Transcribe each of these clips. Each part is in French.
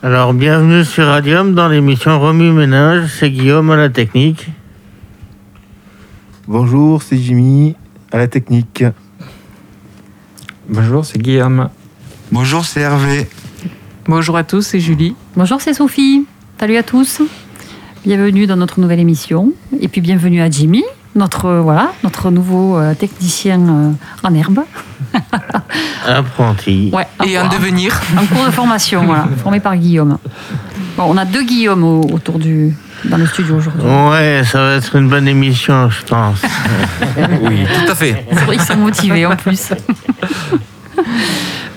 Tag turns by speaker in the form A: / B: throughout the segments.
A: Alors, bienvenue sur Radium dans l'émission Remue Ménage. C'est Guillaume à la technique.
B: Bonjour, c'est Jimmy à la technique.
C: Bonjour, c'est Guillaume.
D: Bonjour, c'est Hervé.
E: Bonjour à tous, c'est Julie.
F: Bonjour, c'est Sophie. Salut à tous. Bienvenue dans notre nouvelle émission. Et puis bienvenue à Jimmy, notre, euh, voilà, notre nouveau euh, technicien euh, en herbe.
A: Apprenti.
F: Ouais,
E: Et
F: en,
E: un devenir.
F: en cours de formation, voilà, formé par Guillaume. Bon, on a deux Guillaume au- autour du, dans le studio aujourd'hui.
A: Ouais, ça va être une bonne émission, je pense.
C: Oui, tout à fait.
F: Ils sont motivés en plus.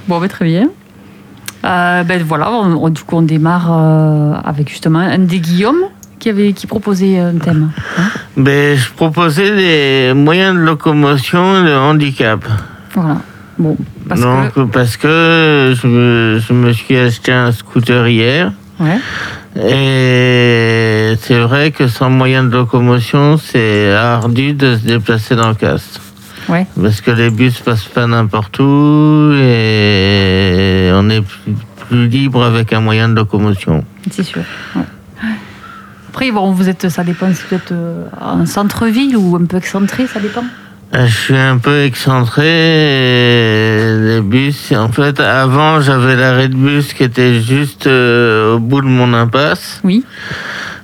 F: bon, ben, très bien. Euh, ben voilà, on- on- du coup on démarre euh, avec justement un des Guillaume qui, avait, qui proposait un thème.
A: Mais je proposais des moyens de locomotion et de handicap.
F: Voilà. Bon, parce
A: Donc, parce que je me, je me suis acheté un scooter hier.
F: que. Ouais.
A: Et c'est vrai que sans moyen de locomotion, c'est ardu de se déplacer dans le castre.
F: Ouais.
A: Parce que les bus passent pas n'importe où et on est plus, plus libre avec un moyen de locomotion.
F: C'est sûr. ouais. Après, bon, vous êtes, ça dépend si vous êtes euh, en centre-ville ou un peu excentré, ça dépend.
A: Je suis un peu excentré. et Les bus, en fait, avant j'avais l'arrêt de bus qui était juste euh, au bout de mon impasse,
F: Oui.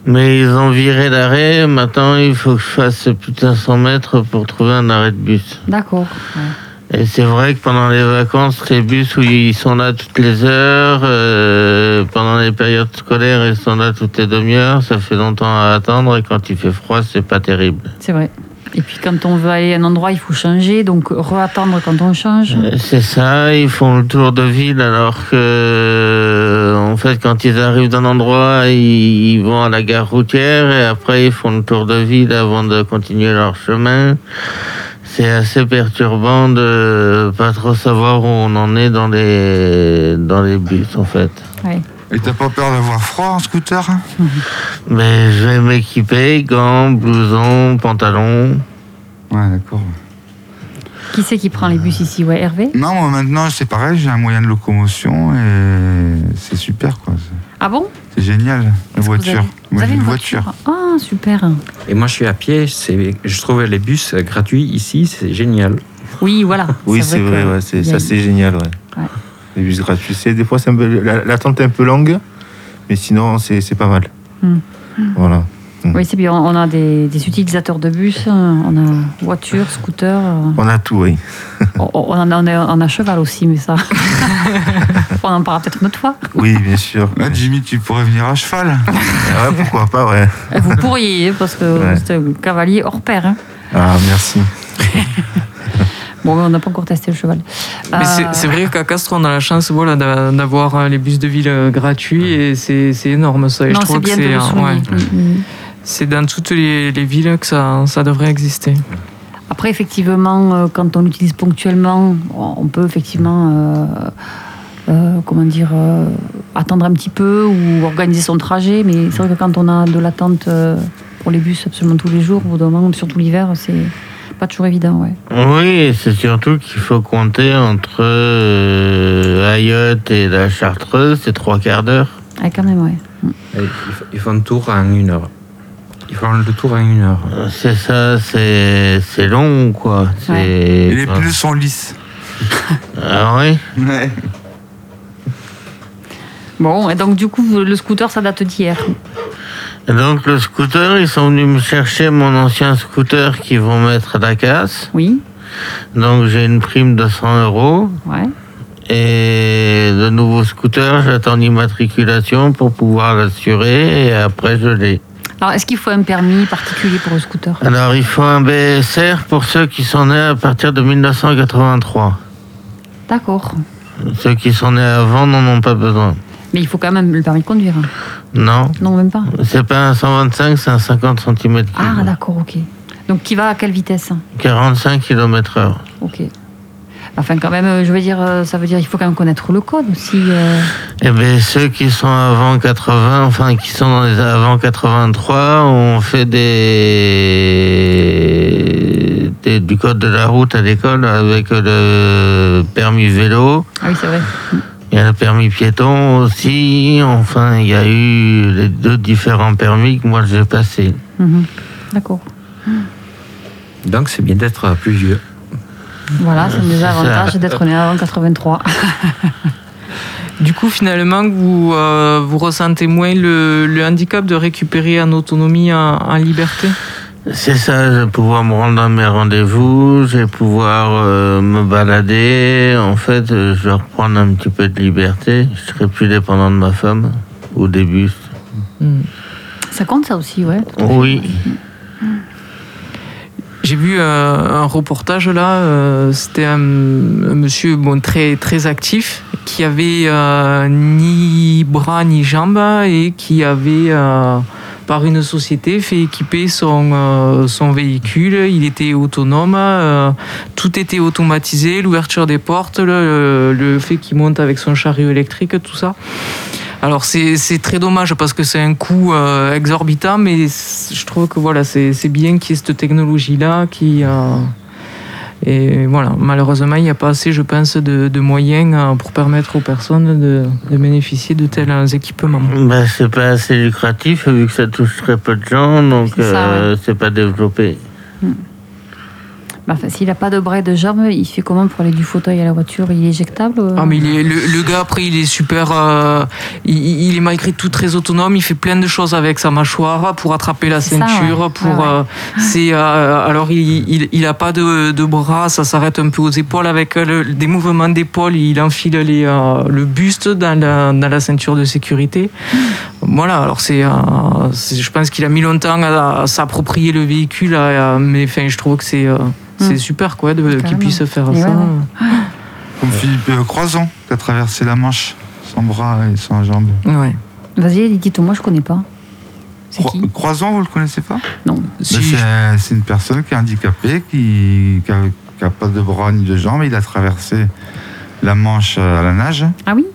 A: mais ils ont viré l'arrêt. Maintenant, il faut que je fasse plus de 500 mètres pour trouver un arrêt de bus.
F: D'accord. ouais.
A: Et c'est vrai que pendant les vacances, les bus où ils sont là toutes les heures, euh, pendant les périodes scolaires, ils sont là toutes les demi-heures. Ça fait longtemps à attendre et quand il fait froid, c'est pas terrible.
F: C'est vrai. Et puis quand on veut aller à un endroit, il faut changer, donc reattendre quand on change.
A: Euh, C'est ça, ils font le tour de ville alors que, euh, en fait, quand ils arrivent d'un endroit, ils, ils vont à la gare routière et après ils font le tour de ville avant de continuer leur chemin. C'est assez perturbant de pas trop savoir où on en est dans les, dans les bus, en fait.
F: Ouais.
D: Et t'as pas peur d'avoir froid en scooter
A: Mais je vais m'équiper, gants, blousons, pantalons.
D: Ouais, d'accord.
F: Qui c'est qui prend les bus ici Ouais, Hervé
D: Non, moi maintenant c'est pareil, j'ai un moyen de locomotion et c'est super quoi. C'est-
F: Ah bon
D: C'est génial, la
F: Est-ce que vous
D: voiture.
F: avez- Vous
D: Moi
F: avez
D: j'ai
F: une voiture Ah, super.
C: Et moi, je suis à pied. c'est- Je trouve les bus gratuits ici, c'est génial.
F: Oui, voilà.
B: Oui, c'est vrai,
F: que-
B: ouais, c'est-
F: il y
B: ça
F: a une-
B: c'est génial. Ouais.
F: Ouais.
B: Les bus gratuits. C'est- Des fois, c'est un peu- la- l'attente est un peu longue, mais sinon, c'est c'est pas mal.
F: Hmm.
B: Voilà.
F: Oui, c'est bien. On a des, des utilisateurs de bus, euh, on a voiture, scooter. euh,
B: On a tout, oui.
F: On, on en a, on a- on a cheval aussi, mais ça. on en parlera peut-être une autre fois.
B: Oui, bien sûr.
D: Là, Jimmy, tu pourrais venir à cheval.
B: Ah, pourquoi pas, ouais.
F: Eh, Vous pourriez, hein, parce que
B: Ouais.
F: c'est un cavalier hors pair. hein.
B: Ah, merci.
F: Bon, mais on n'a pas encore testé le cheval.
G: Mais c'est-
F: Euh,
G: c'est vrai qu'à Castres, on a la chance voilà, d'a- d'avoir euh, les bus de ville euh, gratuits et c'est c'est énorme ça. Et
F: non,
G: je
F: c'est
G: trouve que
F: bien de
G: c'est
F: le
G: euh,
F: souligner.
G: ouais.
F: Mm, mm.
G: C'est dans toutes les, les villes que ça, ça devrait exister.
F: Après, effectivement, euh, quand on l'utilise ponctuellement, on on peut effectivement, euh, euh, comment dire, euh, attendre un petit peu ou organiser son trajet. Mais c'est vrai que quand on a de l'attente euh, pour les bus absolument tous les jours, au bout d'un moment, surtout l'hiver, c'est pas toujours évident, ouais.
A: Oui, c'est surtout qu'il faut compter entre euh, Ayotte et la Chartreuse, c'est trois quarts d'heure.
F: Ah, quand même, ouais.
C: Et Ils, f- ils font le tour en une heure. Ils font le tour en une heure.
A: C'est ça, c'est c'est long, quoi. C'est-
D: Et les pneus sont lisses.
A: Ah oui
D: Ouais.
F: Bon, et donc du coup, le scooter, ça date d'hier.
A: Et Donc le scooter, ils sont venus me chercher mon ancien scooter qu'ils vont mettre à la casse.
F: Oui,
A: Donc j'ai une prime de 100 euros.
F: ouais.
A: Et le nouveau scooter, j'attends l'immatriculation pour pouvoir l'assurer et après je l'ai.
F: Alors, est-ce qu'il faut un permis particulier pour le scooter
A: Alors il faut un BSR pour ceux qui sont nés à partir de 1983.
F: D'accord.
A: Ceux qui sont nés avant n'en ont pas besoin.
F: Mais il faut quand même le permis de conduire.
A: Non,
F: Non, même pas.
A: c'est pas un 125, c'est un 50 cm.
F: Ah, d'accord, ok. Donc, qui va à quelle vitesse
A: 45 km heure.
F: Ok. Enfin, quand même, euh, je veux dire, euh, ça veut dire qu'il faut quand même connaître le code aussi. euh.
A: Eh bien, ceux qui sont avant 80, enfin, qui sont dans les avant 83, ont fait des, des- du code de la route à l'école avec le permis vélo.
F: Ah oui, c'est vrai.
A: Il y a le permis piéton aussi. Enfin, il y a eu les deux différents permis que moi j'ai passés.
F: Mhm. D'accord.
C: Donc c'est bien d'être plus vieux.
F: Voilà, c'est un des
A: ça.
F: avantages d'être né avant 83.
G: Du coup, finalement, vous, euh, vous ressentez moins le, le handicap de récupérer en autonomie, en, en liberté
A: C'est ça, je vais pouvoir me rendre à mes rendez-vous, je vais pouvoir euh, me balader. En fait, euh, je vais reprendre un petit peu de liberté. Je serai plus dépendant de ma femme au début.
G: Hmm.
F: Ça compte ça aussi, ouais. tout
D: Oh.
F: à fait.
A: Oui,
G: J'ai vu euh, un reportage là, euh, c'était un, un monsieur bon, très, très actif qui avait euh, ni bras ni jambes et qui avait, euh, par une société, fait équiper son, euh, son véhicule. Il était autonome, euh, tout était automatisé, l'ouverture des portes, le, le fait qu'il monte avec son chariot électrique, tout ça. Alors c'est c'est très dommage parce que c'est un coût euh, exorbitant, mais c- je trouve que voilà, c'est c'est bien qu'il y ait cette technologie-là qui... euh, et voilà, malheureusement, il n'y a pas assez, je pense, de, de moyens euh, pour permettre aux personnes de, de bénéficier de tels euh, équipements.
A: bah, c'est pas assez lucratif vu que ça touche très peu de gens, donc
F: C'est ça,
A: euh, c'est pas développé.
F: Bah, enfin, S'il n'a pas de bras et de jambes, il fait comment pour aller du fauteuil à la voiture Il est éjectable euh
G: Ah mais il est- le, le gars après il est super, euh, il, il est malgré tout très autonome, il fait plein de choses avec sa mâchoire pour attraper la
F: C'est ça,
G: ceinture,
F: ouais.
G: pour
F: Ouais, ouais.
G: euh, c'est euh, alors il, il, il a pas de, de bras, ça s'arrête un peu aux épaules avec euh, le- des mouvements d'épaule, il enfile les, euh, le buste dans la, dans la ceinture de sécurité. Voilà alors c'est, euh, c'est- je pense qu'il a mis longtemps à, à s'approprier le véhicule, à- à- mais enfin je trouve que c'est euh, c'est
F: Mm.
G: super quoi de- qu'il
F: Carrément.
G: puisse faire
F: Et
G: ça.
F: ouais, ouais.
D: Comme Philippe euh, Croizon, qui a traversé la Manche sans bras et sans jambes.
G: Ouais.
F: Vas-y, dites moi je connais pas. C'est
D: Cro-
F: qui
D: Croizon, vous le connaissez pas
G: Si,
D: Mais
G: je-
D: c'est- C'est une personne qui est handicapée, qui n'a pas de bras ni de jambes. Il a traversé la Manche euh, à la nage.
F: Ah oui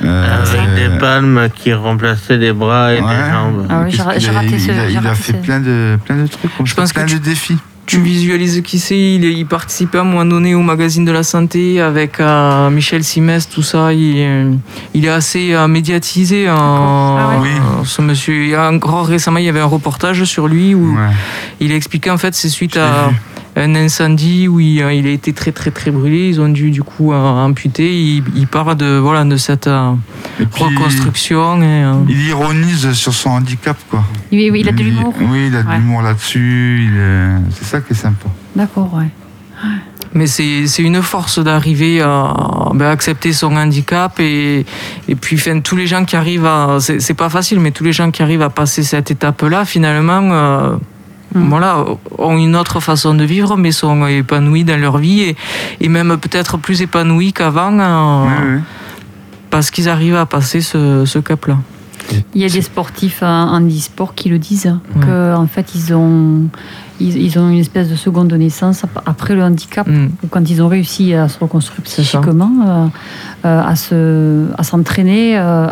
B: Ah,
D: Euh,
A: Avec des palmes qui remplaçaient les bras et
D: Ouais.
A: les jambes.
F: Ah oui, j'ai
D: qu'est-ce
F: ra-
D: qu'il
F: j'ai
D: a-
F: raté ce.
D: Il a,
F: j'ai
D: il a
F: raté
D: fait
F: ce-
D: plein de, plein de trucs, comme
G: Je
D: ça,
G: pense que
D: plein
G: tu-
D: de défis.
G: Tu visualises qui c'est il, est- il participait à un moment donné au magazine de la santé avec euh, Michel Simès, tout ça. Il, est- euh, il est assez euh, médiatisé, euh,
F: Ah
D: ouais.
G: euh, ce monsieur. Il y a encore récemment, il y avait un reportage sur lui où
D: Ouais.
G: il expliquait en fait c'est suite
D: Je l'ai
G: à un incendie où il, euh, il a été très très très brûlé. Ils ont dû du coup euh, amputer. Il, il parle de voilà de cette euh,
D: Et puis,
G: reconstruction. et, euh,
D: Il ironise sur son handicap, quoi.
F: Oui, oui, il a de l'humour.
D: Oui, il a de
F: Ouais.
D: l'humour là-dessus. il est- C'est ça qui est sympa.
F: D'accord, ouais.
G: Mais c'est c'est une force d'arriver à ben, accepter son handicap et, et puis enfin, tous les gens qui arrivent à. C'est c'est pas facile, mais tous les gens qui arrivent à passer cette étape-là, finalement, euh,
F: Mm.
G: voilà, ont une autre façon de vivre, mais sont épanouis dans leur vie et, et même peut-être plus épanouis qu'avant euh,
D: Ouais, ouais.
G: parce qu'ils arrivent à passer ce, ce cap-là.
F: Il y a des sportifs euh, en e-sport qui le disent, hein, que en fait ils ont, ils, ils ont une espèce de seconde naissance ap- après le handicap,
G: Mm.
F: ou quand ils ont réussi à se reconstruire
G: C'est ça.
F: psychiquement, euh, euh, à se, à s'entraîner euh,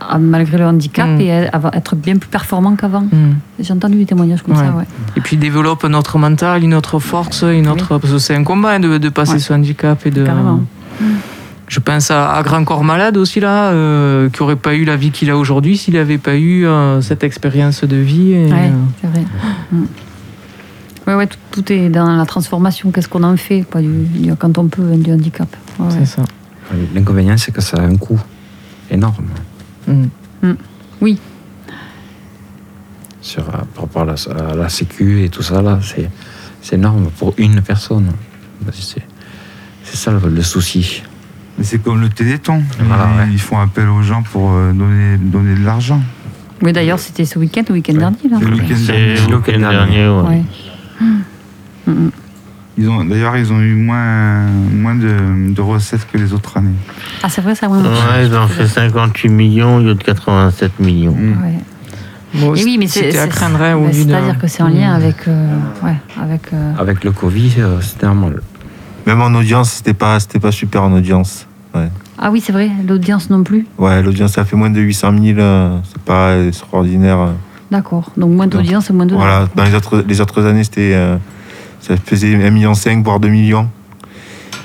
F: à- malgré le handicap
G: Mm.
F: et à, à être bien plus performants qu'avant.
G: Mm.
F: J'ai entendu des témoignages comme
G: Ouais.
F: ça, ouais.
G: Et puis développe notre mental, une autre force, une autre. Parce que c'est un combat hein, de, de passer
F: Ouais.
G: ce handicap et de.
F: Carrément.
G: Je pense à, à Grand Corps Malade aussi, là, euh, qui n'aurait pas eu la vie qu'il a aujourd'hui s'il n'avait pas eu euh, cette expérience de vie. et,
F: Ouais,
G: euh,
F: c'est vrai. Mm. Ouais, ouais, tout, tout est dans la transformation. Qu'est-ce qu'on en fait, quoi, du, du- quand on peut, hein, du handicap. Ouais, ouais.
G: c'est ça.
C: L'inconvénient, c'est que ça a un coût énorme
G: Mm.
C: sur, euh, par rapport à la, à la sécu et tout ça. là, C'est c'est énorme pour une personne. Bah, C'est c'est ça le, le souci.
D: Mais c'est comme le Téléthon.
C: Voilà,
D: ils,
C: ouais.
D: ils font appel aux gens pour euh, donner, donner de l'argent.
F: Oui, d'ailleurs, c'était ce week-end, le week-end dernier, là.
D: C'est le week-end
A: C'est
D: dernier.
A: le week-end dernier, ouais.
F: Ouais. Mm, mm.
D: Ils ont- D'ailleurs, ils ont eu moins, moins de, de recettes que les autres années.
F: Ah, c'est vrai, ça a moins marché.
A: Ouais, ils ont fait 58 millions au lieu de 87 millions.
D: Mm.
F: Ouais.
G: Bon,
F: Et oui, mais c'est.
G: c'était à
F: c'est-
G: craindre, hein, au Mm.
F: bah,
G: vu de-
F: C'est-à-dire que c'est en lien avec. euh, ouais, avec. euh,
C: Avec le Covid, euh, c'était normal.
B: Même en audience, c'était pas, c'était pas super en audience.
F: Ah oui, c'est vrai, l'audience non plus.
B: Ouais, l'audience, ça fait moins de 800 000. euh, C'est pas extraordinaire. euh.
F: D'accord. Donc moins d'audience et moins de.
B: Voilà, dans les autres, les autres années, c'était. euh, ça faisait 1,5 million, voire 2 millions.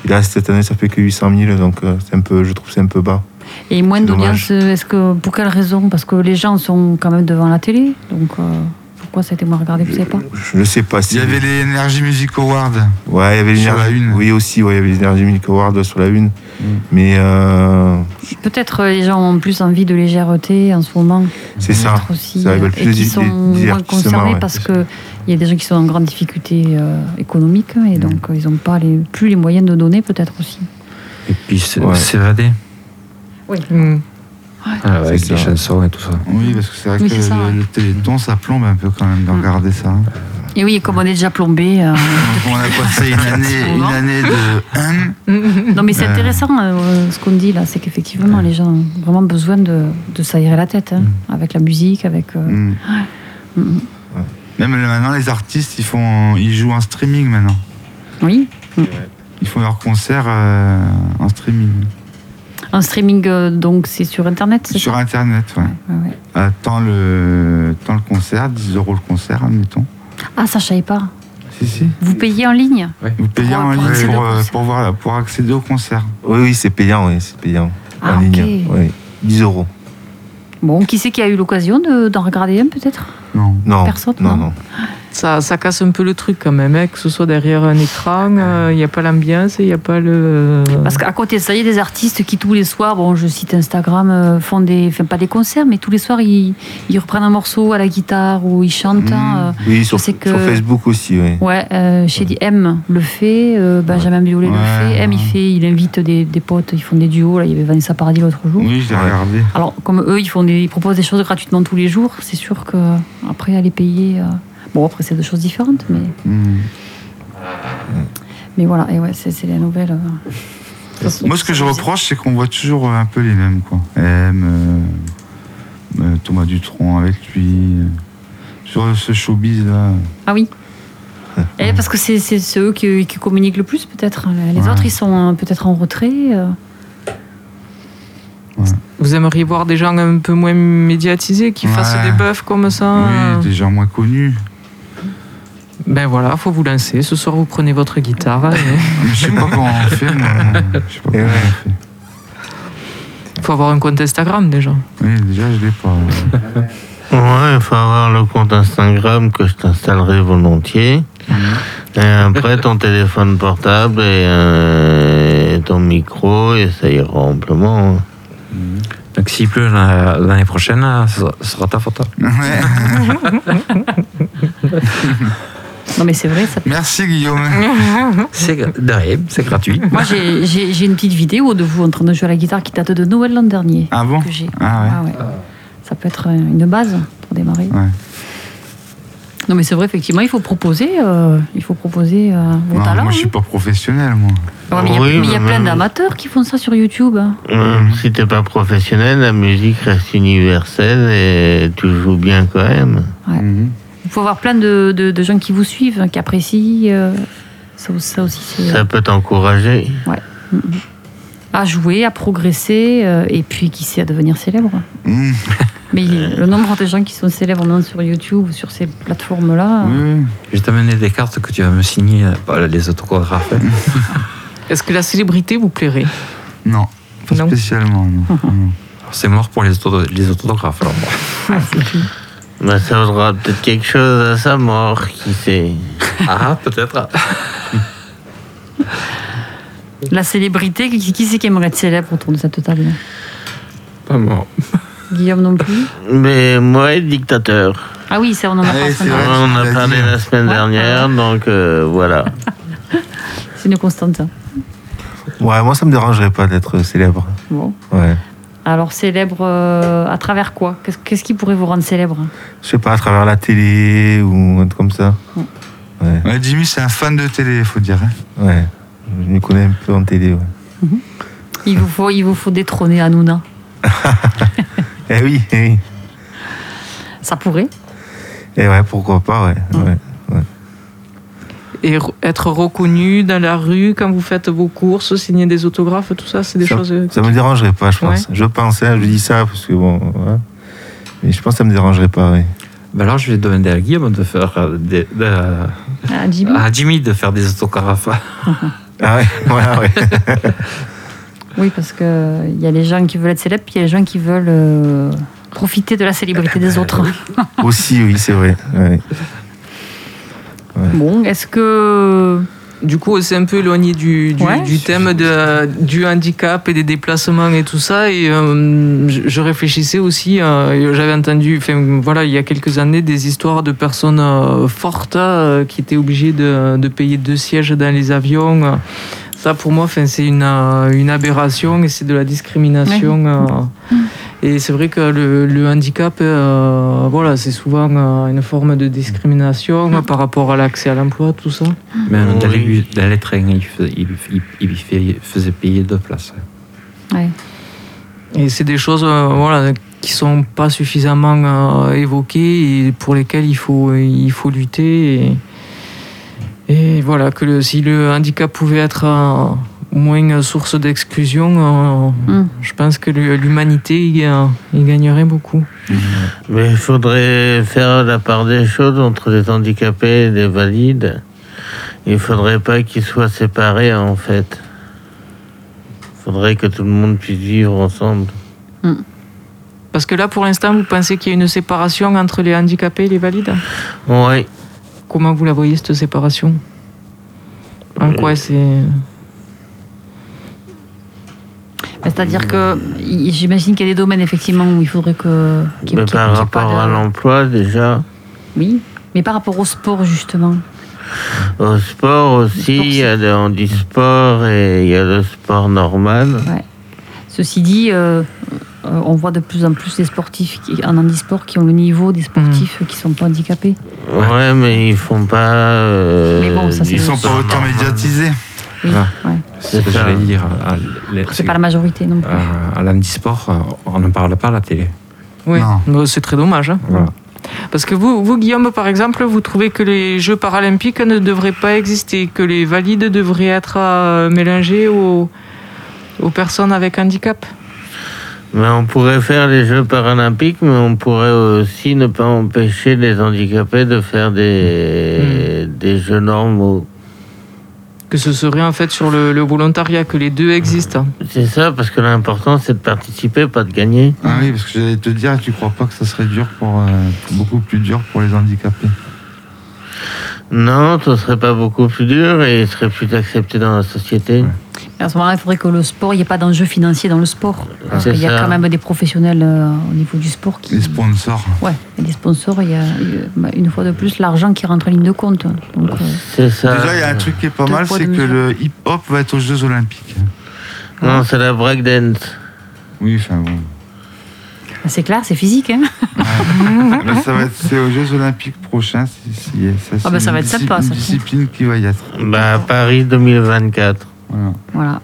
B: Et là, cette année, ça fait que 800 000, donc euh, c'est un peu, je trouve c'est un peu bas.
F: Et moins
B: C'est
F: d'audience, euh, est-ce que pour quelle raison Parce que les gens sont quand même devant la télé, donc euh, pourquoi ça a été moins regardé, vous savez pas
B: Je ne sais pas si.
D: Il y avait les Energy Music Awards.
B: Ouais, il y avait
D: Sur
B: l'énergie-
D: la Mm. une.
B: Oui, aussi, ouais, il y avait les Energy Music Awards sur la une. Mais euh,
F: Peut-être euh, les gens ont plus envie de légèreté en ce moment.
B: c'est ça.
F: peut-être aussi,
B: Ça bah,
F: euh,
B: rigole
F: et
B: plus
F: qui
B: des-
F: sont
B: des
F: moins
B: divertissements,
F: concernés
B: ouais.
F: parce qu'il y a des gens qui sont en grande difficulté euh, économique
B: Mm.
F: et donc euh, ils n'ont pas les, plus les moyens de donner peut-être aussi.
C: Et puis s-
B: Ouais.
C: s'évader
G: Mm.
C: Ah, avec
B: C'est
C: les
B: ça.
C: chansons et tout ça.
D: Oui, parce que c'est vrai
F: Oui,
D: que
F: c'est ça,
D: le,
F: ouais. Mm.
D: le téléthon, ça plombe un peu quand même de regarder ça. hein.
F: Et oui, et comme on est déjà plombé. euh,
D: Donc, on a passé une année, une année de. Hein
F: non mais c'est
D: Ouais.
F: intéressant euh, ce qu'on dit là, c'est qu'effectivement les gens ont vraiment besoin de, de s'aérer la tête hein, avec la musique, avec. euh,
D: Mm.
F: Mm.
D: Même le- maintenant, les artistes, ils, font, ils jouent en streaming maintenant.
F: Oui,
D: Ils font leurs concerts euh, en streaming.
F: un streaming euh, donc c'est sur internet, c'est
D: Sur
F: ça
D: Internet, ouais.
F: Ouais, ouais.
D: Euh, tant, le, tant le concert, 10 euros le concert, admettons.
F: Ah ça je savais pas.
D: Si, si.
F: Vous payez en ligne
D: Vous payez
F: Pour-
D: en
F: pour
D: ligne
F: accéder
D: pour,
F: au
D: euh,
F: concert.
D: pour voir, pour accéder au concert.
B: Oui, oui, c'est payant, oui, c'est payant.
F: Ah,
B: en
F: ok.
B: ligne, oui. 10 euros.
F: Bon, qui c'est qui a eu l'occasion de- d'en regarder un peut-être
D: Non.
B: Non,
F: Personne, hein.
B: non,
F: non.
B: non.
G: Ça, ça casse un peu le truc quand même, hein, que ce soit derrière un écran, euh, il n'y a pas l'ambiance, il n'y a pas le...
F: Parce qu'à côté de ça, il y a des artistes qui tous les soirs, bon, je cite Instagram, euh, font des, enfin pas des concerts, mais tous les soirs ils, ils reprennent un morceau à la guitare ou ils chantent.
D: Mm. Hmm.
F: hein,
B: Oui, sur,
F: sais que-
B: sur Facebook aussi, oui.
F: euh. ouais, euh, chez dit M le fait, euh, Benjamin Biolay le fait,
D: Ouais,
F: M il
D: ouais.
F: fait, il invite des, des potes, ils font des duos. Là, il y avait Vanessa Paradis l'autre jour.
D: Oui, je l'ai regardé.
F: Alors comme eux, ils font des, ils proposent des choses gratuitement tous les jours. C'est sûr que après aller payer, euh, bon après c'est deux choses différentes, mais
D: Mm.
F: mais voilà. Et ouais, c'est c'est la nouvelle. euh.
D: Moi, ce que je reproche, c'est qu'on voit toujours euh, un peu les mêmes. Quoi. M, euh, euh, Thomas Dutronc avec lui. euh, Sur ce showbiz là.
F: Ah oui. Eh, parce que c'est c'est ceux qui, qui communiquent le plus, peut-être. hein. Les
D: Ouais.
F: autres, ils sont euh, peut-être en retrait. euh.
G: Vous aimeriez voir des gens un peu moins médiatisés, qui fassent
D: Ouais.
G: des buffs comme ça euh.
D: Oui, des gens moins connus.
G: Ben voilà, faut vous lancer. Ce soir, vous prenez votre guitare. Il
D: Mais je sais pas comment on fait, moi. Je sais pas
B: Et
D: comment
B: ouais.
D: on fait.
G: faut avoir un compte Instagram déjà.
D: Oui, déjà, je l'ai pas.
A: Ouais, il faut avoir le compte Instagram que je t'installerai volontiers. Et après, ton téléphone portable et, euh, et ton micro, et ça ira amplement. hein.
C: Donc s'il pleut la- l'année prochaine, euh, ce sera- ce sera ta faute.
D: Ouais.
F: Non, mais c'est vrai. Ça...
D: Merci, Guillaume.
C: C'est gra- de rien, c'est gratuit.
F: Moi, j'ai- j'ai j'ai une petite vidéo de vous en train de jouer à la guitare qui date de Noël l'an dernier.
D: Ah bon
F: que j'ai.
D: Ah
F: Ah ouais. Ça peut être une base pour démarrer.
D: ouais. ouais.
F: Non, mais c'est vrai, effectivement, il faut proposer, euh, il faut proposer euh, vos
D: Non,
F: talents.
D: moi, je suis
F: hein.
D: pas professionnel, moi.
F: Ouais, mais il y a-
A: Oui,
F: mais il y a
A: mais
F: plein
A: même-
F: d'amateurs qui font ça sur YouTube. hein.
A: Même si t'es pas professionnel, la musique reste universelle et tu joues bien quand même.
D: Mhm.
F: Il faut avoir plein de, de- de gens qui vous suivent, hein, qui apprécient. euh, ça, ça aussi, c'est.
A: Ça peut t'encourager.
F: à jouer, à progresser, euh, et puis qui sait à devenir célèbre.
D: Mhm.
F: Mais il- le nombre de gens qui sont célèbres maintenant sur YouTube ou sur ces plateformes-là, euh,
D: Oui, oui.
C: Je vais t'amener des cartes que tu vas me signer, euh, pas les autographes.
G: Est-ce que la célébrité vous plairait
D: Non, pas
G: Non.
D: spécialement. non. Non.
C: C'est mort pour les, auto- les autographes. Alors.
F: ah, c'est fini.
A: Bah, ça vaudra peut-être quelque chose à sa mort, qui sait.
C: Ah, peut-être.
F: la célébrité, qui, qui c'est qui aimerait être célèbre autour de cette table
C: Pas mort.
F: Guillaume non plus
A: Mais moi, dictateur.
F: Ah oui, ça, on en a
D: Ah oui,
F: pas
D: c'est vrai.
A: On
F: parlé.
A: en
D: tu
A: a
D: l'as
A: parlé
D: dit.
A: la hein. semaine
F: Ouais.
A: dernière, donc euh, voilà.
F: C'est une constante. ça.
B: Ouais, moi, ça me dérangerait pas d'être célèbre.
F: Bon.
B: Ouais.
F: Alors, célèbre euh, à travers quoi Qu'est-ce- Qu'est-ce qui pourrait vous rendre célèbre
B: Je sais pas, à travers la télé ou un truc comme ça. Ouais,
D: Ouais, Jimmy, c'est un fan de télé, faut dire. hein.
B: ouais. Je me connais un peu en télé, ouais.
F: il vous, faut, il vous faut détrôner Hanouna.
B: Eh oui, eh oui.
F: Ça pourrait.
B: Eh ouais, pourquoi pas, ouais. ouais.
G: Et re- être reconnu dans la rue quand vous faites vos courses, signer des autographes, tout ça, c'est des
B: ça,
G: choses. euh,
B: ça me dérangerait pas, je pense. Je pense, hein, je dis ça parce que bon. voilà. Mais je pense que ça me dérangerait pas, oui.
C: Ben alors, je vais demander à Guillaume de faire euh, des, de-
F: Ah, Jimmy
C: Mm. à Jimmy de faire des autographes.
B: Ah ouais, voilà, ouais.
F: Oui, parce qu'il y a les gens qui veulent être célèbres, puis il y a les gens qui veulent euh, profiter de la célébrité des autres.
D: Ah,
B: Aussi, oui, c'est vrai. ouais.
F: Bon, est-ce que.
G: Du coup, c'est un peu éloigné du, du,
F: Ouais.
G: du thème de, du handicap et des déplacements et tout ça. Et euh, je je réfléchissais aussi, euh, j'avais entendu, enfin, voilà, il y a quelques années, des histoires de personnes euh, fortes euh, qui étaient obligées de, de payer deux sièges dans les avions. Ça, pour moi, enfin, c'est une, euh, une aberration et c'est de la discrimination. euh, et c'est vrai que le, le handicap, euh, voilà, c'est souvent euh, une forme de discrimination euh, par rapport à l'accès à l'emploi, tout ça.
C: Mais
A: Oui.
C: dans, les bus- dans les trains, il faisait, il- il- il fait- faisait payer deux places.
F: Ouais.
G: Et c'est des choses euh, voilà, qui sont pas suffisamment euh, évoquées et pour lesquelles il faut, euh, il faut lutter. Et, et voilà, que le- si le handicap pouvait être euh, moins source d'exclusion, euh,
F: Mm.
G: je pense que le- l'humanité il, euh, il gagnerait beaucoup.
A: Mais il faudrait faire la part des choses entre les handicapés et les valides. Il faudrait pas qu'ils soient séparés, en fait. Il faudrait que tout le monde puisse vivre ensemble.
G: Parce que là, pour l'instant, vous pensez qu'il y a une séparation entre les handicapés et les valides
A: Ouais.
G: Comment vous la voyez, cette séparation En quoi c'est...
F: Bah, C'est-à-dire que y- j'imagine qu'il y a des domaines, effectivement, où il faudrait que. qu'il-
A: Mais
F: qu'il-
A: par
F: qu'il y ait pas
A: rapport à
F: de-
A: l'emploi, déjà.
F: Oui, mais par rapport au sport, justement.
A: Au sport aussi,
F: Pour
A: il y a le handisport et il y a le sport normal.
F: Ceci dit, euh, euh, on voit de plus en plus des sportifs qui- en handisport qui ont le niveau des sportifs qui ne sont pas handicapés.
A: Ouais, mais ils font pas. euh,
F: Mais bon, ça, c'est
A: du
D: Ils sont
A: sport
D: pas autant
A: normal.
D: médiatisés.
F: Oui,
C: Ah.
F: ouais.
C: C'est ce que
A: ça.
C: j'allais dire. À, les-
F: Après, c'est pas la majorité non plus.
C: à- à l'handisport, euh, on ne parle pas à la télé.
G: Oui,
D: Non.
G: Bah, c'est très dommage. hein.
C: Voilà.
G: Parce que vous, vous, Guillaume, par exemple, vous trouvez que les Jeux paralympiques ne devraient pas exister, que les valides devraient être euh, mélangés aux, aux personnes avec handicap
A: Mais on pourrait faire les Jeux paralympiques, mais on pourrait aussi ne pas empêcher les handicapés de faire des,
D: Hmm.
A: des Jeux normaux.
G: Que ce serait en fait sur le, le volontariat, que les deux existent.
A: C'est ça, parce que l'important c'est de participer, pas de gagner.
D: Ah oui, parce que j'allais te dire, tu crois pas que ça serait dur pour. euh, beaucoup plus dur pour les handicapés
A: Non, ce serait pas beaucoup plus dur et il serait plus accepté dans la société.
F: À ce moment-là, il faudrait que le sport, il n'y ait pas d'enjeu financier dans le sport. Parce
A: C'est
F: qu'il y a
A: ça.
F: quand même des professionnels euh, au niveau du sport qui.
D: Les sponsors.
F: Ouais, et les sponsors, il y a euh, bah, une fois de plus l'argent qui rentre en ligne de compte. Donc, euh,
A: C'est ça.
D: Déjà, il y a un truc qui est pas
F: Deux
D: mal,
F: poids,
D: c'est
F: deux
D: que
F: mesures.
D: le hip-hop va être aux Jeux Olympiques.
A: Non, c'est la breakdance.
D: Oui, enfin bon.
F: bah, c'est clair, c'est physique. Hein
D: Là, Bah, ça va être, c'est aux Jeux Olympiques prochains. si- si- ça, c'est
F: bah, ça
D: une
F: va être
D: disci-
F: sympa,
D: Une
F: ça.
D: discipline qui va y être.
A: Bah, à Paris 2024.
D: Voilà.
F: voilà.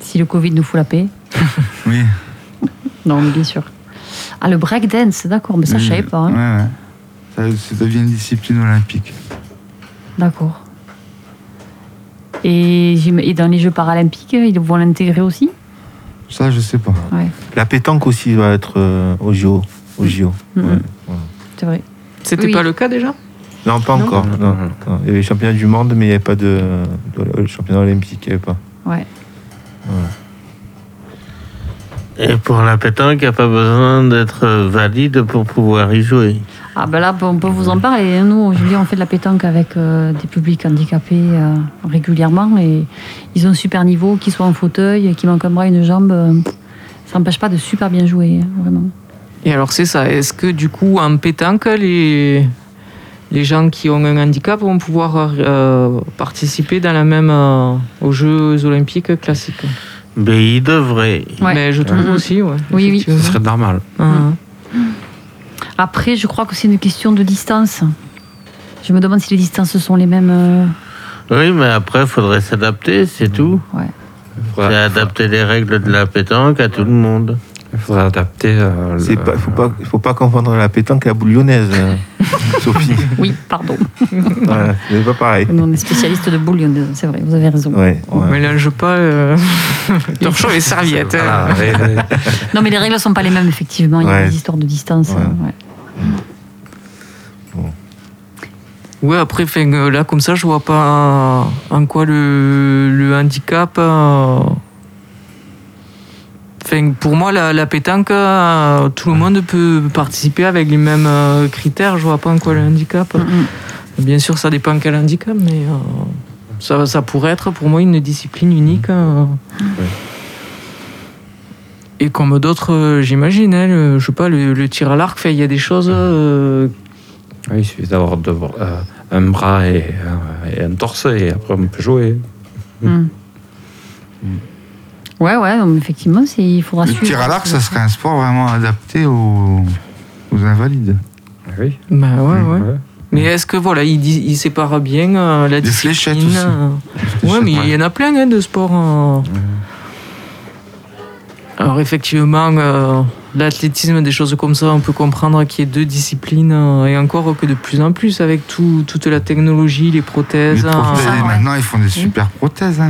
F: Si le Covid nous fout la paix.
D: Oui.
F: Non, mais bien sûr. Ah, le breakdance, d'accord, mais ça, je
D: Oui.
F: savais pas. hein.
D: Ouais, ouais. Ça, ça devient une discipline olympique.
F: D'accord. Et, j'im- et dans les Jeux paralympiques, ils vont l'intégrer aussi
D: Ça, je sais pas.
F: Ouais,
B: La pétanque aussi va être euh, au JO. Au JO.
F: Mhm.
B: ouais.
F: c'est vrai.
G: C'était
F: Oui.
G: pas le cas déjà
B: Non, pas
G: Non.
B: encore.
C: Non,
B: non,
C: non,
B: non. Il y avait les championnats du monde, mais il n'y avait pas de, de- le championnat olympique. Il y avait pas.
F: Ouais.
A: Et pour la pétanque, il n'y a pas besoin d'être valide pour pouvoir y jouer.
F: Ah ben là, on peut vous en parler. hein. Nous, je veux dire, on fait de la pétanque avec euh, des publics handicapés euh, régulièrement et ils ont un super niveau, qu'ils soient en fauteuil, qu'ils manquent un bras, une jambe. euh, ça n'empêche pas de super bien jouer, hein, vraiment.
G: Et alors c'est ça, est-ce que du coup en pétanque, les, les gens qui ont un handicap vont pouvoir euh, participer dans la même, euh, aux Jeux olympiques classiques
A: Mais il devrait.
F: Ouais.
G: Mais je trouve
F: Mhm.
G: aussi, ouais,
F: Oui, oui.
C: Ce
G: effectivement.
C: serait normal.
G: Hein.
F: Après, je crois que c'est une question de distance. Je me demande si les distances sont les mêmes. euh,
A: Oui, mais après, il faudrait s'adapter, c'est tout. C'est
C: Faudrait-
A: adapter les règles de la pétanque à tout le monde.
C: Il faudrait adapter. euh,
B: Il
C: le-
B: ne faut, pas, faut pas confondre la pétanque à la bouillonnaise, euh, Sophie.
F: Oui, pardon.
B: Voilà, c'est pas pareil.
F: Nous, on est spécialistes de bouillon, c'est vrai, vous avez raison.
B: Ouais,
G: On
B: ouais.
G: mélange pas euh, torchon et serviette. hein.
C: Voilà, ouais, ouais.
F: Non, mais les règles ne sont pas les mêmes, effectivement. Il y a
B: Ouais.
F: des histoires de distance.
B: Ouais.
F: hein, ouais.
B: Bon.
G: Ouais, après, fin, euh, là, comme ça, je vois pas en quoi le, le handicap. euh, Enfin, pour moi, la, la pétanque, euh, tout le monde peut participer avec les mêmes euh, critères. Je vois pas en quoi le handicap.
F: Mm.
G: Bien sûr, ça dépend quel handicap, mais euh, ça, ça pourrait être pour moi une discipline unique. euh. Et comme d'autres, euh, j'imagine, hein, le- je sais pas, le, le tir à l'arc, enfin, il y a des choses euh,
C: Oui, Ah, il suffit d'avoir deux bras- euh, un bras et, euh, et un torse, et après on peut jouer.
F: Mm. Ouais, ouais, non, mais effectivement, c'est- il faudra
D: Le
F: suivre.
D: tir à l'arc, ça serait un sport vraiment adapté aux, aux invalides.
C: Oui.
G: Ben ouais,
F: Mm,
G: ouais.
C: Ouais.
G: Mais est-ce que voilà, il, dis- il sépare bien euh, la
D: Des
G: discipline
D: fléchettes aussi.
G: euh, Ouais, mais il y en a plein hein, de sports. euh. Alors effectivement, euh, l'athlétisme, des choses comme ça, on peut comprendre qu'il y ait deux disciplines euh, et encore que de plus en plus avec tout- toute la technologie, les
D: Les
G: prothèses. euh,
D: prothèses,
F: Ah, ouais. Mm,
D: maintenant, ils font des super prothèses hein,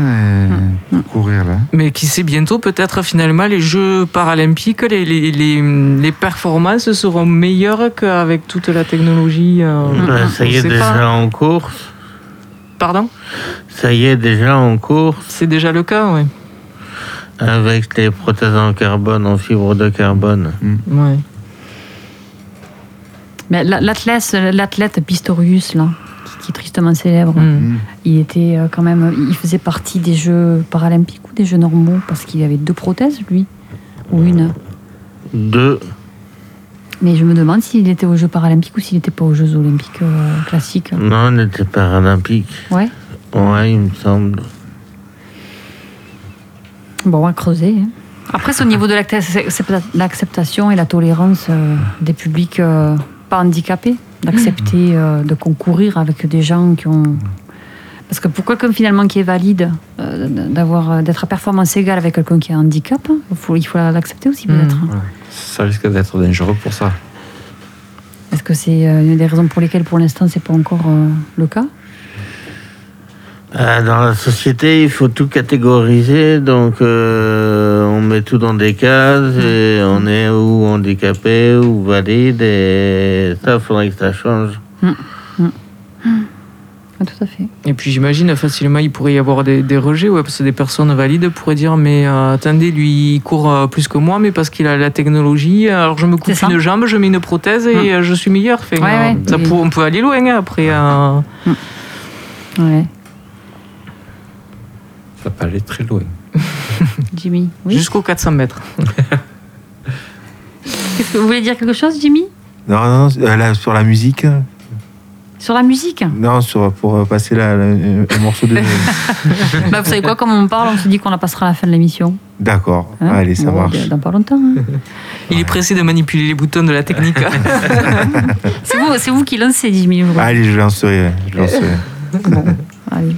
D: les- pour courir. Là.
G: Mais qui sait bientôt, peut-être finalement, les Jeux paralympiques, les, les, les, les performances seront meilleures qu'avec toute la technologie. euh.
D: Mm.
A: Bah, ça y
G: on
A: est
G: sait
A: déjà
G: pas.
A: en course.
G: Pardon
A: Ça y est déjà en course
G: C'est déjà le cas, ouais.
A: avec les prothèses en carbone, en fibre de carbone.
G: ouais.
F: Mais la- l'athlète, l'athlète Pistorius, là, qui, qui est tristement célèbre,
G: Mm.
F: il était euh, quand même, il faisait partie des Jeux paralympiques ou des Jeux normaux parce qu'il avait deux prothèses, lui, ou une.
A: Deux.
F: Mais je me demande s'il était aux Jeux paralympiques ou s'il n'était pas aux Jeux olympiques euh, classiques.
A: Non, on était paralympique.
F: Ouais.
A: Ouais, il me semble.
F: Bon, on va creuser. hein. Après, c'est au niveau de l'acte- l'acceptation et la tolérance euh, des publics euh, pas handicapés, d'accepter euh, de concourir avec des gens qui ont. Parce que pour quelqu'un finalement qui est valide, euh, d'avoir euh, d'être à performance égale avec quelqu'un qui a un handicap, hein, il faut il faut l'accepter aussi
G: Mhm.
F: peut-être.
C: Ça risque d'être dangereux pour ça.
F: Est-ce que c'est euh, une des raisons pour lesquelles pour l'instant c'est pas encore euh, le cas
A: Euh, dans la société, il faut tout catégoriser, donc euh, on met tout dans des cases et on est ou handicapé ou valide et ça, faudrait que ça change.
F: Ah, Tout à fait.
G: Et puis j'imagine facilement il pourrait y avoir des, des rejets, ouais, parce que des personnes valides pourraient dire mais euh, attendez lui il court euh, plus que moi mais parce qu'il a la technologie alors je me coupe
F: C'est ça.
G: une jambe, je mets une prothèse et
F: Mm.
G: euh, je suis meilleur. Fait,
F: Ouais, ouais.
G: ça
F: Et-
G: pour- on peut aller loin hein, après. euh.
F: Ouais.
C: Ça peut aller très loin.
F: Jimmy, oui.
G: Jusqu'aux 400 mètres.
F: Qu'est-ce que- vous voulez dire quelque chose, Jimmy
B: Non, non, non, euh, là, sur la musique.
F: Sur la musique
B: Non, sur, pour euh, passer la, la- euh, un morceau de.
F: bah, Vous savez quoi, comme on parle, on se dit qu'on la passera à la fin de l'émission.
B: D'accord.
F: Hein
B: Allez, ça
F: Bon,
B: marche.
F: Dans pas longtemps. hein.
G: Il est pressé de manipuler les boutons de la technique.
F: C'est vous, c'est vous qui lancez, Jimmy. je vois.
B: Allez, je lancerai. ouais, Je lancerai.
F: Bon, allez.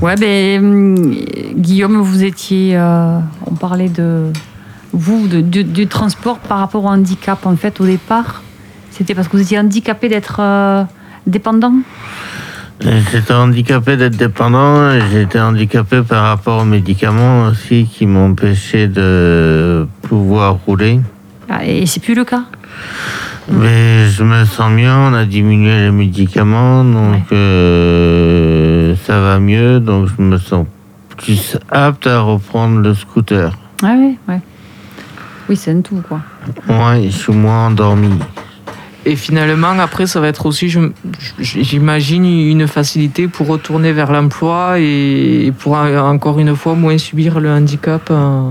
F: Ouais, ben, hum, Guillaume, vous étiez. euh, on parlait de. Vous, de- du, du transport par rapport au handicap, en fait, au départ. C'était parce que vous étiez handicapé d'être euh, dépendant
A: J'étais handicapé d'être dépendant et j'étais handicapé par rapport aux médicaments aussi qui m'empêchaient de pouvoir rouler.
F: Ah, Et c'est plus le cas.
A: Mais je me sens mieux, on a diminué les médicaments, donc euh, ça va mieux, donc je me sens plus apte à reprendre le scooter.
F: Ah ouais, ouais. Oui, c'est un tout, quoi.
A: Ouais, je suis moins endormi.
G: et finalement après ça va être aussi je- je- j'imagine une facilité pour retourner vers l'emploi et, et pour en- encore une fois moins subir le handicap. euh,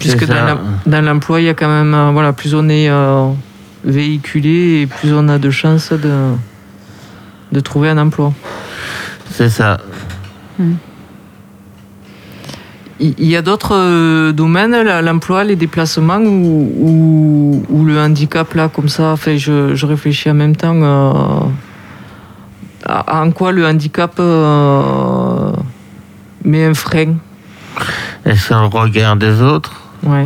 G: Puisque
A: C'est
G: dans
A: ça.
G: la- dans l'emploi, il y a quand même, euh, voilà, plus on est euh, véhiculé et plus on a de chances de, de trouver un emploi.
A: C'est ça.
G: Il il y a d'autres euh, domaines, là, l'emploi, les déplacements ou, ou, ou le handicap, là, comme ça. Enfin, je, je réfléchis en même temps euh, à- en quoi le handicap euh, met un frein.
A: Et sur le regard des autres,
G: Ouais.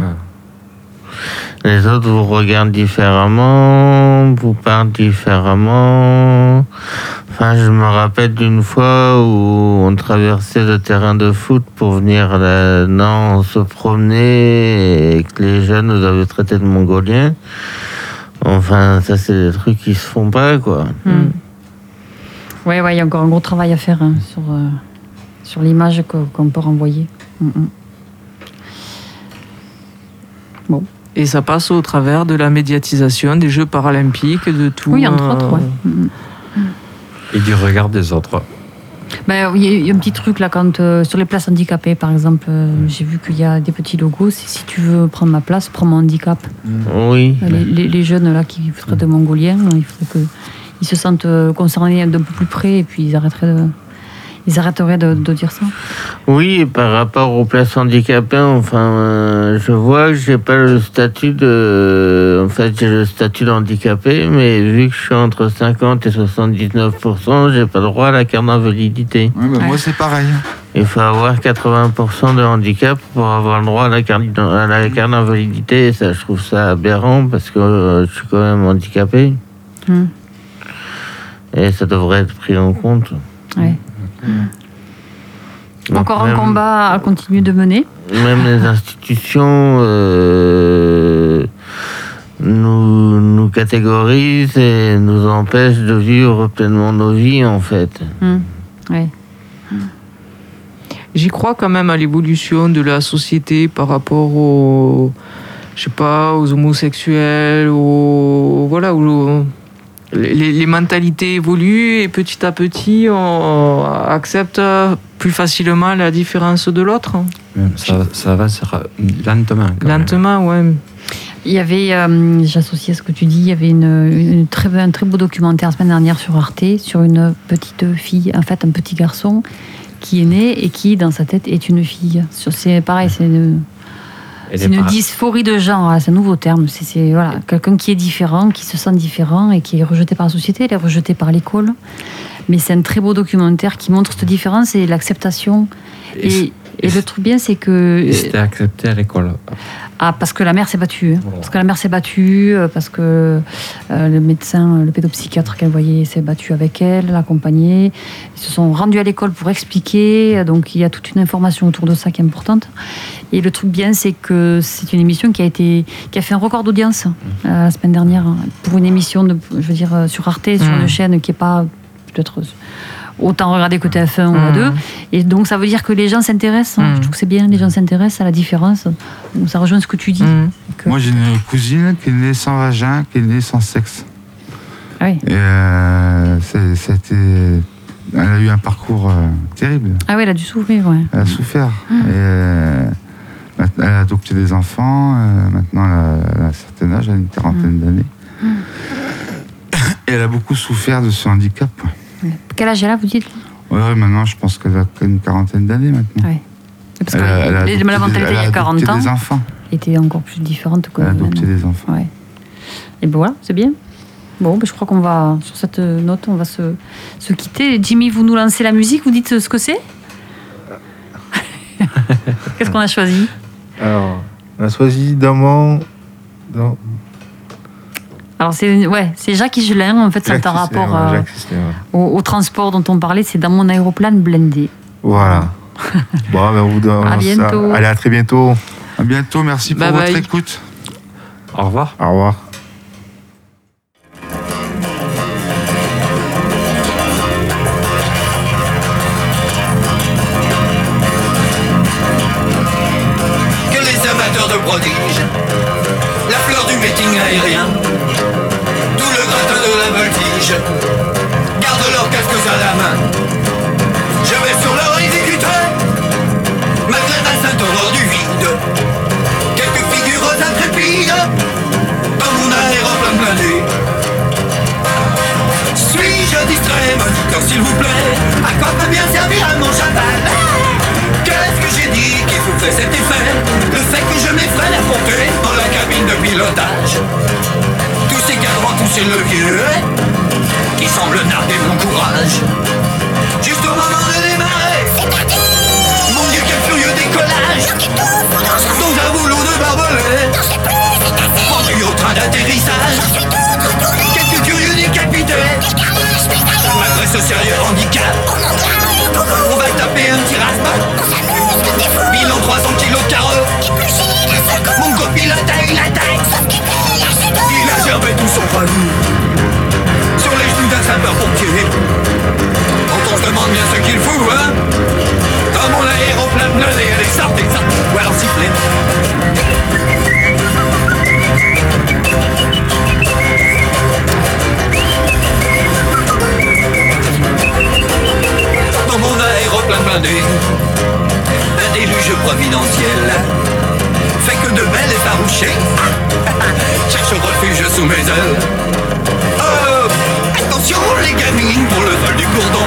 A: les autres vous regardent différemment, vous parlent différemment. Enfin, je me rappelle d'une fois où on traversait le terrain de foot pour venir euh, à la Nant, on se promener et que les jeunes nous avaient traité de mongoliens. Enfin, ça, c'est des trucs qui se font pas, quoi.
F: Hmm. Ouais, ouais, il y a encore un gros travail à faire hein, sur, euh, sur l'image que- qu'on peut renvoyer. Mm, mm.
G: Et ça passe au travers de la médiatisation des Jeux paralympiques, de tout.
F: Oui, entre
B: Ah.
G: euh,
F: autres, ouais. Mm, mm.
C: Et du regard des autres.
F: Ben, il y a eu un petit truc là, quand, euh, sur les places handicapées, par exemple, euh, j'ai vu qu'il y a des petits logos. C'est si tu veux prendre ma place, prends mon handicap.
A: Oui.
F: Les, les- les jeunes là qui voudraient de mongolien, hein, il faudrait que ils se sentent euh, concernés d'un peu plus près et puis ils arrêteraient de, ils arrêteraient de, de dire ça.
A: Oui, et par rapport aux places handicapées, enfin, euh, je vois que j'ai pas le statut de. En fait, j'ai le statut d'handicapé, mais vu que je suis entre 50 et 79%, j'ai pas le droit à la carte d'invalidité.
D: Ouais, bah,
F: Ouais.
D: Moi, c'est pareil.
A: Il faut avoir 80% de handicap pour avoir le droit à la carte d'ident- à la carte d'invalidité. Et ça, je trouve ça aberrant parce que euh, je suis quand même handicapé.
F: Hmm.
A: Et ça devrait être pris en compte.
F: Ouais.
A: Donc,
F: Encore un
A: même-
F: combat à continuer de mener.
A: même les institutions euh, nous, nous catégorisent et nous empêchent de vivre pleinement nos vies en fait.
F: Hmm. Ouais.
G: J'y crois quand même à l'évolution de la société par rapport aux, je sais pas, aux homosexuels, aux, voilà, aux- les, les mentalités évoluent et petit à petit on accepte plus facilement la différence de l'autre.
C: Même Ça, ça va se ra- lentement. quand même.
G: Lentement, ouais.
F: Il y avait, euh, j'associais ce que tu dis, il y avait une, une très, un très beau documentaire la semaine dernière sur Arte, sur une petite fille, en fait un petit garçon qui est né et qui, dans sa tête, est une fille. Sur- C'est pareil, c'est une,
C: Et les
F: c'est une
C: parents-
F: dysphorie de genre, là, c'est un nouveau terme. C'est- C'est voilà, quelqu'un qui est différent, qui se sent différent et qui est rejeté par la société, elle est rejetée par l'école. Mais c'est un très beau documentaire qui montre cette différence et l'acceptation.
C: et c-
F: Et, et le truc bien, c'est que...
C: et C'était accepté à l'école.
F: Ah, parce que la mère s'est battue. hein.
C: Voilà.
F: Parce que la mère s'est battue, euh, parce que euh, le médecin, euh, le pédopsychiatre qu'elle voyait s'est battu avec elle, l'accompagnait. Ils se sont rendus à l'école pour expliquer. euh, Donc il y a toute une information autour de ça qui est importante. Et le truc bien, c'est que c'est une émission qui a, été, qui a fait un record d'audience euh, la semaine dernière. hein, Pour une émission, de, je veux dire, euh, sur Arte, sur
G: Mm.
F: une chaîne qui n'est pas peut-être autant regardée que TF1 ou A2.
G: Mm.
F: Et donc ça veut dire que les gens s'intéressent. hein.
G: Mm.
F: Je trouve que c'est bien, les gens s'intéressent à la différence. Donc ça rejoint ce que tu dis.
G: Mm.
F: Que-
D: Moi, j'ai une cousine qui est née sans vagin, qui est née sans sexe.
F: Ah oui.
D: Et euh, c'est- ça a été- Elle a eu un parcours euh, terrible.
F: Ah oui, elle a dû souffrir, ouais.
D: Elle a souffert.
F: Mm.
D: Et, euh, mat- elle a adopté des enfants. euh, maintenant, elle a, elle a un certain âge, elle a une quarantaine
F: Mm.
D: d'années. Et elle a beaucoup souffert de ce handicap. ouais.
F: Quel âge elle a, vous dites
D: Ouais, ouais, maintenant, je pense qu'elle a une quarantaine d'années maintenant.
F: Parce que
D: Elle a- elle a
F: les-
D: adopté
F: la mentalité,
D: des-
F: il y
D: elle
F: a 40
D: adopté
F: ans, Mm.
D: des enfants.
F: était encore plus différente que
D: Elle a adopté
F: maintenant.
D: des enfants.
F: Ouais. Et ben voilà, c'est bien. Bon, ben je crois qu'on va, sur cette note, on va se, se quitter. Jimmy, vous nous lancez la musique, vous dites ce que c'est Qu'est-ce qu'on a choisi
B: Alors, on a choisi d'amant. dans-
F: Alors, c'est ouais, c'est Jacques Higelin, en fait, c'est
B: Jacques
F: un
B: Sisley,
F: rapport
B: ouais,
F: euh,
B: Jacques Sisley, ouais.
F: au, au transport dont on parlait, c'est dans mon aéroplane blindé.
B: Voilà. bon, ben, on vous donne
F: À
B: ça.
F: bientôt.
B: Allez, à très bientôt.
D: À bientôt, merci pour
G: Bye
D: votre
G: bye.
D: écoute.
C: Au revoir.
B: Au revoir.
H: que les amateurs de prodiges, la fleur du meeting aérien, tout le gratin de la voltige, gardent leurs casques à la main. Je vais sur leur exécuteur, malgré la sainte horreur du vide, quelques figures intrépides, dans mon aéroplane blindé. Suis-je distrait, moniteur s'il vous plaît, à quoi peut bien servir à mon chaval Qu'est-ce que j'ai dit qui vous fait cet effet Le fait que je m'effraie la portée dans la cabine de pilotage. Tous ces cadrans, tous ces leviers qui semblent narder mon courage. Juste au moment de démarrer. Mon dieu, quel furieux décollage Dans un boulot de barbelé Pendu au train d'atterrissage Quelques curieux décapités Malgré ce sérieux handicap On va taper un petit raspage Bilan 300 kilos carreau Mon copilote a eu la taille Il a germé tout hein. diesel. Hop Attention les gamines pour le vol du gourdon,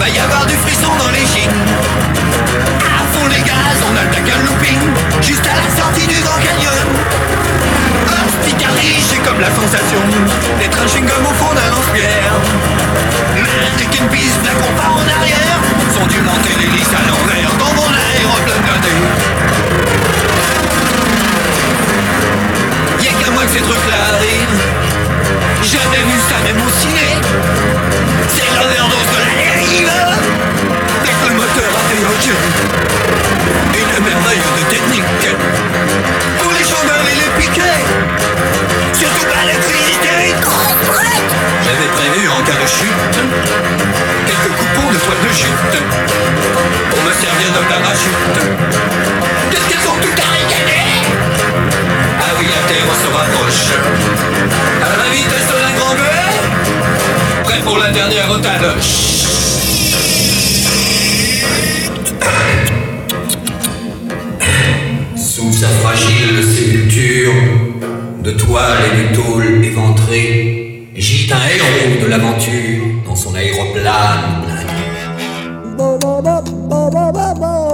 H: va y avoir du frisson dans les jeans. À fond les gaz, on attaque un looping, juste à la sortie du Grand Canyon. Hop, Picardie, j'ai comme la sensation d'être un chewing-gum au fond d'un lance-pierre. Mais dès qu'une piste la pas en arrière, sont dû monter les listes à l'envers dans mon aéroplane blindé. Y'a qu'à moi que ces trucs-là arrivent. Jamais vu ça même au ciné. C'est l'overdose de la dérive. Dès que le moteur a débloqué. Une merveille de technique. Pour les gendarmes et les piquets. Surtout pas l'électricité. J'avais prévu en cas de chute. Quelques coupons de toile de jute. Pour me servir de parachute. Qu'est-ce qu'elles ont tout arrêté ah oui, la terre se rapproche. À la vitesse de la grande V, prêt pour la dernière taloche. Sous sa fragile sépulture, de toile et de tôle éventrée, gît un héros de l'aventure dans son aéroplane blindé.
I: Ba, ba, ba, ba, ba, ba, ba.